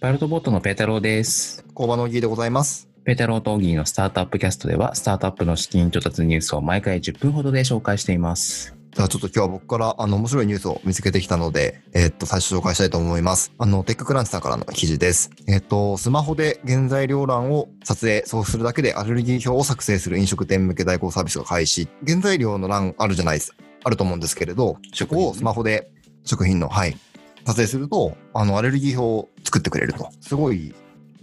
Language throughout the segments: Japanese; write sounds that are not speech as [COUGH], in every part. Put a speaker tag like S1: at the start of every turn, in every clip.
S1: バルトボットのペータローです。
S2: 工場のギーでございます。
S1: ペータローとオギーのスタートアップキャストでは、スタートアップの資金調達ニュースを毎回10分ほどで紹介しています。
S2: じゃあちょっと今日は僕からあの面白いニュースを見つけてきたので、えーっと、最初紹介したいと思います。あの、テッククランチさんからの記事です。えーっと、スマホで原材料欄を撮影、そうするだけでアレルギー表を作成する飲食店向け代行サービスが開始。原材料の欄あるじゃないです。あると思うんですけれど、そ
S1: 食
S2: こをスマホで食品の、はい、撮影すると、あの、アレルギー表を作ってくれると。すごい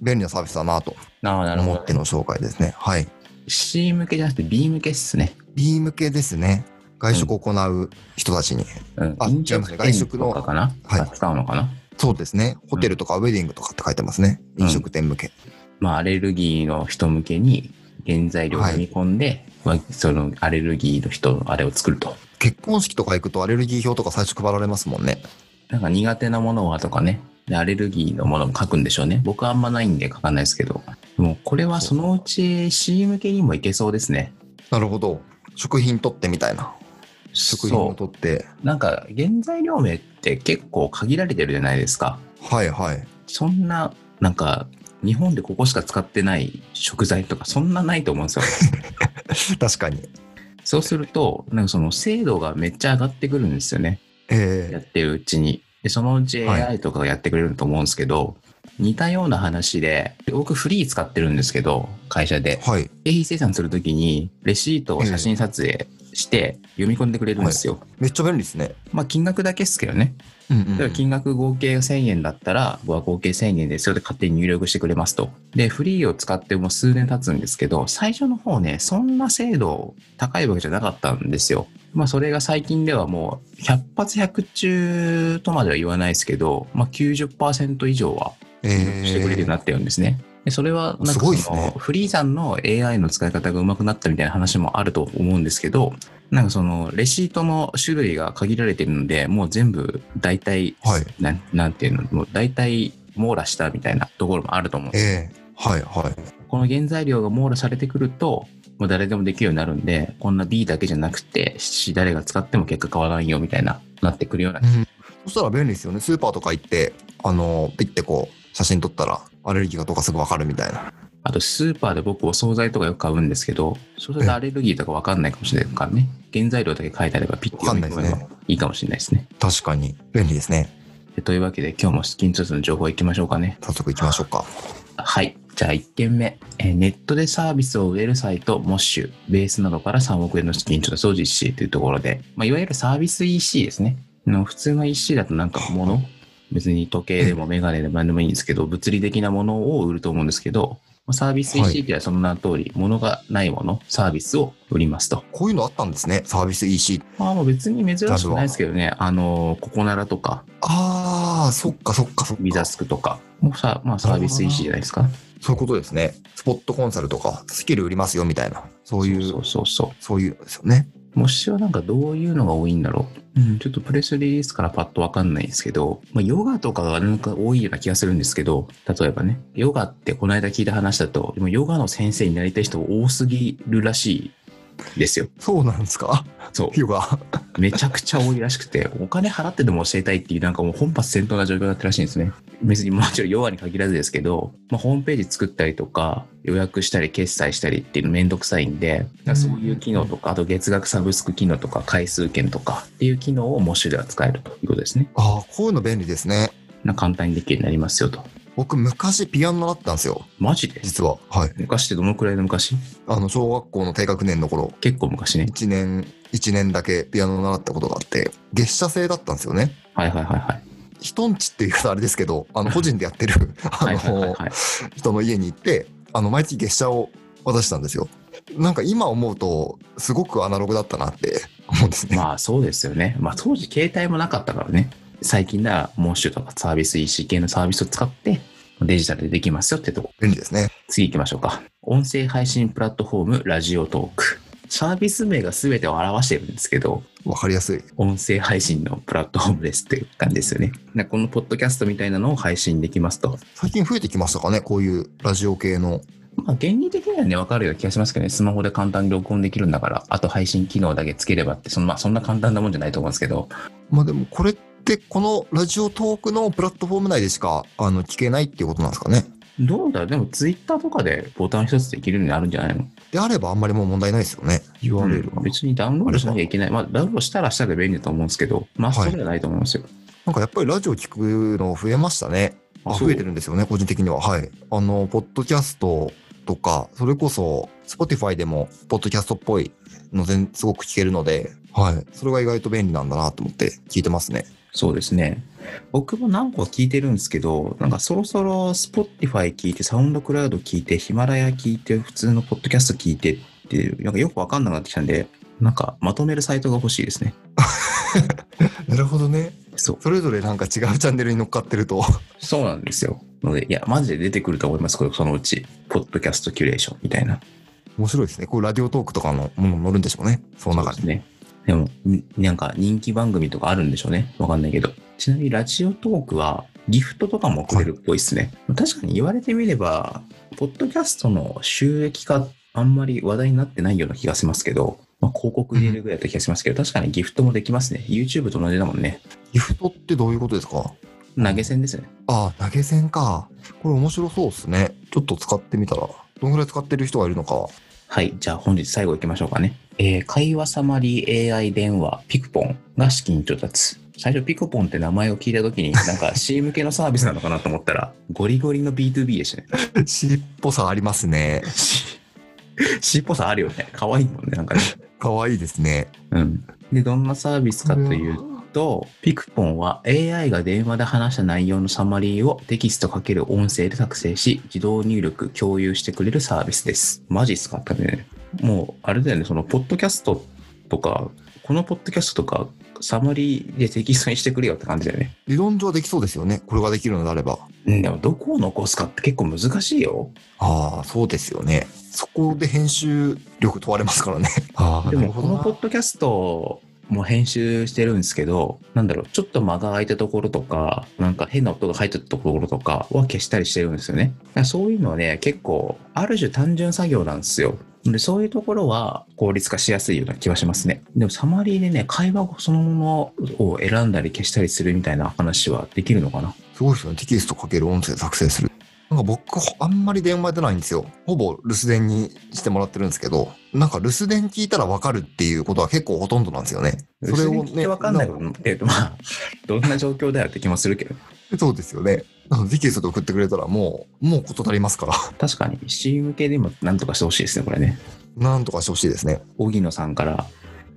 S2: 便利なサービスだなと
S1: ああ、なる
S2: 思
S1: ほ
S2: って
S1: ど。
S2: の紹介ですね。はい。
S1: C 向けじゃなくて B 向けっすね。
S2: B 向けですね。外食を行う人たちに。
S1: うん。
S2: あ
S1: 飲食
S2: 違いますね外食の
S1: 店とかかな、
S2: はい
S1: が使うのかな
S2: そうですね。ホテルとかウェディングとかって書いてますね。
S1: うん
S2: 飲食店向け。
S1: まあ、アレルギーの人向けに原材料を飲み込んで、まあそのアレルギーの人のあれを作ると。
S2: 結婚式とか行くとアレルギー表とか最初配られますもんね。
S1: なんか苦手なものはとかね、でアレルギーのものも書くんでしょうね。僕はあんまないんで書かないですけど。でもうこれはそのうち C 向けにもいけそうですね。
S2: なるほど。食品取ってみたいな。食品を
S1: そ
S2: 取って。
S1: う。なんか原材料名って結構限られてるじゃないですか。
S2: はいはい。
S1: そんな、なんか日本でここしか使ってない食材とかそんなないと思うんですよ。
S2: 確かに。
S1: そうすると、なんかその精度がめっちゃ上がってくるんですよね。やっ
S2: え
S1: てるうちに。で、そのうち
S2: はい
S1: AI とかがやってくれると思うんですけど、似たような話で、僕フリー使ってるんですけど、会社で
S2: ー。はい。
S1: 経費生産するときに、レシートを写真撮影して読み込んでくれるんですよ。
S2: めっちゃ便利ですね。
S1: まあ金額だけっすけどね。
S2: うん
S1: 例えば金額合計が1000円だったら、僕は合計1000円ですよって勝手に入力してくれますと。で、フリーを使ってもう数年経つんですけど、最初の方ね、そんな精度高いわけじゃなかったんですよ。まあそれが最近ではもう100発100中とまでは言わないですけど、まあ90%以上は入力してくれるようになってるんですね。でそれはなんか
S2: す
S1: そ
S2: ご
S1: の
S2: いですね
S1: フリーさんの AI の使い方が上手くなったみたいな話もあると思うんですけど、なんかそのレシートの種類が限られてるので、もう全部大体、
S2: はい
S1: なんなんていうの、もう大体網羅したみたいなところもあると思うんです
S2: えーはいはい。
S1: この原材料が網羅されてくると、もう誰でもできるようになるんで、こんな B だけじゃなくて、C 誰が使っても結果変わらんよみたいな、なってくるような
S2: そしたら便利ですよね。スーパーとか行って、あの、ピッてこう、写真撮ったら、アレルギーがどうかすぐわかるみたいな。
S1: あとスーパーで僕お惣菜とかよく買うんですけど、そうするとアレルギーとかわかんないかもしれないからね。原材料だけ書いてあればピッて
S2: わかんないですね。
S1: いいかもしれないですね。
S2: 確かに。便利ですね。
S1: でというわけで今日もスキンツーズの情報いきましょうかね。
S2: 早速行きましょうか。
S1: はい。じゃあ1件目。えーネットでサービスを売れるサイト、モッシュ、ベースなどから3億円の資金調達を実施というところで、まあ、いわゆるサービス EC ですね。の普通の EC だとなんか物、別に時計でもメガネでも何でもいいんですけど、物理的なものを売ると思うんですけど、まあサービス
S2: はい
S1: EC っていうのはその名の通り、物がないもの、サービスを売りますと。
S2: こういうのあったんですね。サービス EC
S1: まあ、もう別に珍しくないですけどね、あの、ココナラとか、
S2: ああ、そっかそっかそっ
S1: ウィザ
S2: か。
S1: スクとか、もうさ、まあサービス EC じゃないですか。
S2: そういうことですね。スポットコンサルとか、スキル売りますよみたいな。そうい
S1: そ
S2: う、そう
S1: うそうそう。
S2: いうですよね。
S1: もしはなんかどういうのが多いんだろう、うん、ちょっとプレスリリースからパッとわかんないんですけど、まあ、ヨガとかがなんか多いような気がするんですけど、例えばね、ヨガってこの間聞いた話だと、でもヨガの先生になりたい人多すぎるらしいですよ。
S2: そうなんですか [LAUGHS]
S1: そ
S2: ヨガ。
S1: う。めちゃくちゃ多いらしくて、お金払ってでも教えたいっていうなんかもう本発戦闘な状況だったらしいんですね。別にもちろんヨガに限らずですけど、まあ、ホームページ作ったりとか、予約したり決済したりっていうのめんどくさいんで、
S2: うん
S1: そういう機能とか、あと月額サブスク機能とか、回数券とかっていう機能をモッシュでは使えるということですね。
S2: ああ、こういうの便利ですね。
S1: な簡単にできるようになりますよと。
S2: 僕、昔ピアノだったんですよ。
S1: マジで
S2: 実は。はい。
S1: 昔ってどのくらいの昔
S2: あの、小学校の低学年の頃、
S1: 結構昔ね。
S2: 1年、1年だけピアノを習ったことがあって、月謝制だったんですよね。
S1: はいはいはいはい。
S2: 人んちっていうとあれですけど、あの、個人でやってる、 [LAUGHS] あ
S1: はいはいはい
S2: の、
S1: はい。
S2: 人の家に行ってあの毎月月謝を渡したんですよなんか今思うとすごくアナログだったなって思うんですね、
S1: まあそうですよね。まあ当時携帯もなかったからね。最近ならモッシュとかサービス EC 系のサービスを使ってデジタルでできますよってとこ。
S2: 便利ですね
S1: 次行きましょうか。音声配信プラットフォームラジオトーク。サービス名が全てを表してるんですけど、
S2: わかりやすい
S1: 音声配信のプラットフォームですっていう感じですよね。なんかこのポッドキャストみたいなのを配信できますと。
S2: 最近増えてきましたかねこういうラジオ系の
S1: まあ原理的にはね、わかるような気がしますけどね、スマホで簡単に録音できるんだから、あと配信機能だけつければって、そのまあそんな簡単なもんじゃないと思うんですけど、
S2: まあでもこれっって、このラジオトークのプラットフォーム内でしか、あの、聞けないっていうことなんですかね。
S1: どうだろうでもツイッターとかでボタン一つできるのにあるんじゃないの
S2: であれば、あんまりもう問題ないですよね。URL
S1: う
S2: が。
S1: ん別にダウンロードしなきゃいけない。まあ、ダウンロードしたらしたで便利だと思うんですけど、マストではないと思うんですよ。
S2: なんかやっぱりラジオ聞くの増えましたね。あ
S1: そう
S2: 増えてるんですよね、個人的には。はい。あの、ポッドキャストとか、それこそ、Spotify でも、ポッドキャストっぽいの全すごく聞けるので、はい。それが意外と便利なんだなと思って聞いてますね。
S1: そうですね。僕も何個か聞いてるんですけど、なんかそろそろ Spotify 聞いて、サウンドクラウド聞いて、ヒマラヤ聞いて、普通のポッドキャスト聞いてっていう、なんかよくわかんなくなってきたんで、なんかまとめるサイトが欲しいですね。
S2: なるほどね。
S1: そう。
S2: それぞれなんか違うチャンネルに乗っかってると。 [LAUGHS]
S1: そうなんですよ。ので、いや、マジで出てくると思います。これ、そのうち。ポッドキャストキュレーションみたいな。
S2: 面白いですね。こうラディオトークとかのもの乗るんでしょうね。その中
S1: で
S2: に。
S1: すね。でも、んなんか人気番組とかあるんでしょうね。わかんないけど。ちなみにラジオトークはギフトとかもくれるっぽいですね。確かに言われてみれば、ポッドキャストの収益化あんまり話題になってないような気がしますけど、まあ、広告入れるぐらいだった気がしますけど、確かにギフトもできますね。YouTube と同じだもんね。
S2: ギフトってどういうことですか
S1: 投げ銭ですよね。
S2: ああ、投げ銭か。これ面白そうですね。ちょっと使ってみたら。どんぐらい使ってる人がいるの [LAUGHS] か。
S1: はい。じゃあ本日最後行きましょうかね。えー会話サマリー AI 電話ピクポンが資金調達。最初ピクポンって名前を聞いたときに、なんか [LAUGHS] CM 系のサービスなのかなと思ったら、ゴリゴリの B2B でしたね。
S2: 尻っぽさありますね。
S1: C っぽさあるよね。可愛いもんね、なんかね。
S2: かわいいですね。
S1: うん。で、どんなサービスかというと、ピクポンは AI が電話で話した内容のサマリーをテキストかける音声で作成し、自動入力、共有してくれるサービスです。マジっすかってね。もう、あれだよね、その、ポッドキャストとか、このポッドキャストとか、サマリーでテキストにしてくれよって感じだよね。
S2: 理論上できそうですよね。これができるのであれば。
S1: うん、でも、どこを残すかって結構難しいよ。
S2: ああ、そうですよね。そこで編集力問われますからね。ああ、
S1: で
S2: なる
S1: も
S2: ほ
S1: こ
S2: ど
S1: の
S2: な
S1: ポッドキャストも編集してるんですけど、なんだろう、ちょっと間が空いたところとか、なんか変な音が入ってたところとかは消したりしてるんですよね。だからそういうのはね、結構、ある種単純作業なんですよ。で、そういうところは効率化しやすいような気はしますね。でもサマリーでね、会話そのものを選んだり消したりするみたいな話はできるのかな
S2: すごいですよね。テキストかける音声作成する。なんか僕、あんまり電話出ないんですよ。ほぼ留守電にしてもらってるんですけど、なんか留守電聞いたらわかるっていうことは結構ほとんどなんですよね。それ
S1: 別
S2: を
S1: に聞いて
S2: ね。
S1: わかんないこ
S2: な
S1: とって、まあ、どんな状況だよって気もするけど。
S2: そうですよね。なのでテキストで送ってくれたらもう、もうこと足りますから。
S1: 確かに CM 系でもなんとかしてほしいですね、これね。
S2: なんとかしてほしいですね。
S1: 荻野さんから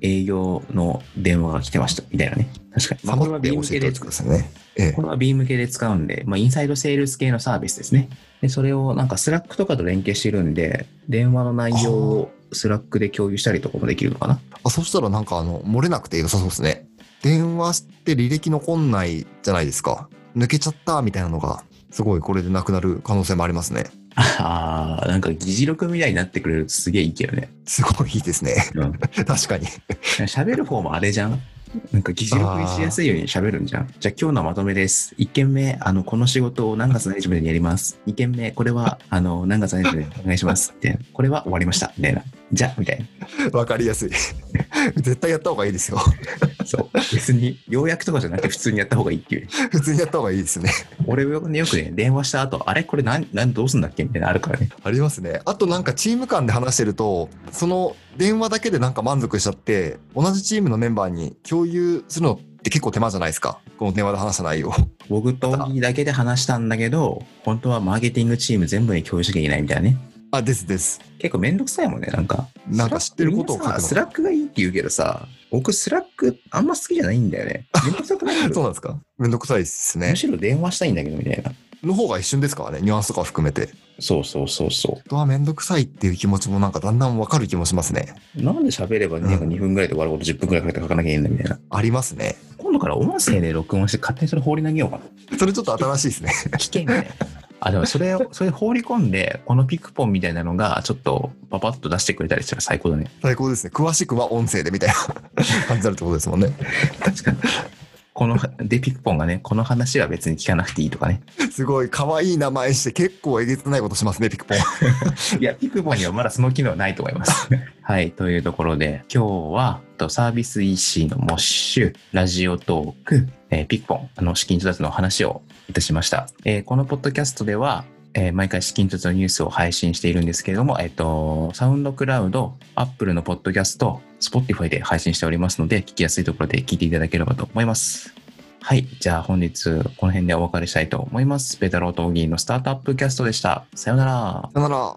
S1: 営業の電話が来てましたみたいなね。確かに。まあ、これは
S2: 頑張って
S1: ビー
S2: 教
S1: ム系
S2: えて
S1: で
S2: おいて、くださいね。ええ
S1: こ。れはビーム系で使うんで、まあ、インサイドセールス系のサービスですね。で、それをなんかスラックとかと連携してるんで、電話の内容をスラックで共有したりとかもできるのかな。
S2: あ、そしたらなんかあの、漏れなくて良さそうですね。電話して履歴残んないじゃないですか。抜けちゃったみたいなのが、すごいこれでなくなる可能性もありますね。
S1: [LAUGHS] ああ、なんか議事録みたいになってくれるとすげえいいけどね。
S2: すごいいいですね。 [LAUGHS]
S1: うん。
S2: 確かに。
S1: 喋る方もあれじゃん。なんか議事録にしやすいように喋るんじゃん。じゃあ今日のまとめです。1件目、あの、この仕事を何月何日までにやります。2件目、これは、あの、何月何日までにお願いします。で、これは終わりました。みたいな。じゃあ、みたい
S2: わかりやすい。 [LAUGHS] 絶対やった方がいいですよ。 [LAUGHS]
S1: な。そう。別に、要約とかじゃなくて普通にやった方がいいっていう。
S2: 普通にやった方がいいですね。
S1: 俺よくね、よくね、電話した後、あれこれ何、何、どうすんだっけみたいなのあるからね。
S2: ありますね。あとなんかチーム間で話してると、その電話だけでなんか満足しちゃって、同じチームのメンバーに共有するのって結構手間じゃないですか。この電話で話した内容。
S1: 僕と大喜利だけで話したんだけど、本当はマーケティングチーム全部に共有しなきゃいけないみたいなね。
S2: あ、ですです。
S1: 結構めんどくさいもんね、なんか。
S2: なんか知ってることを書く
S1: みんなさ
S2: の。そ
S1: スラックがいいって言うけどさ、僕スラックあんま好きじゃないんだよ [LAUGHS] ね。めんどくさくない
S2: うなんですかめんどくさいですね
S1: む。しろ電話したいんだけどみたいな。
S2: の方が一瞬ですからね。ニュアンスとか含めて。
S1: そうそうそうそ
S2: 人はめんどくさいっていう気持ちもなんかだんだんわかる気もしますね。
S1: う。なんで喋ればね、
S2: うん
S1: なんか2分ぐらいで終わること10分ぐらいかけて書かなきゃいけないんだみたいな。
S2: ありますね。
S1: 今度から音声で録音して勝手にそれ放り投げようかな。
S2: それちょっと新しいですね。 [LAUGHS]
S1: 危険ね。 [LAUGHS] あ、でもそれを、それ放り込んで、このピクポンみたいなのがちょっとパパッと出してくれたりしたら最高だね。
S2: 最高ですね。詳しくは音声でみたいな [LAUGHS] 感じになるってことですもんね。
S1: 確かに。この、で、ピクポンがね、この話は別に聞かなくていいとかね。
S2: すごい可愛い名前して結構えげつないことしますね、ピクポン。
S1: いや、ピクボにはまだその機能はないと思います。 [LAUGHS] はい、というところで、今日はとサービス EC のモッシュ、ラジオトーク、えーピッポン、あの、資金調達の話をいたしました。えーこのポッドキャストでは、えー毎回資金調達のニュースを配信しているんですけれども、えっ、と、サウンドクラウド、アップルのポッドキャスト、Spotify で配信しておりますので、聞きやすいところで聞いていただければと思います。はい。じゃあ本日、この辺でお別れしたいと思います。ペタローとオギーのスタートアップキャストでした。さようなら。
S2: さよなら。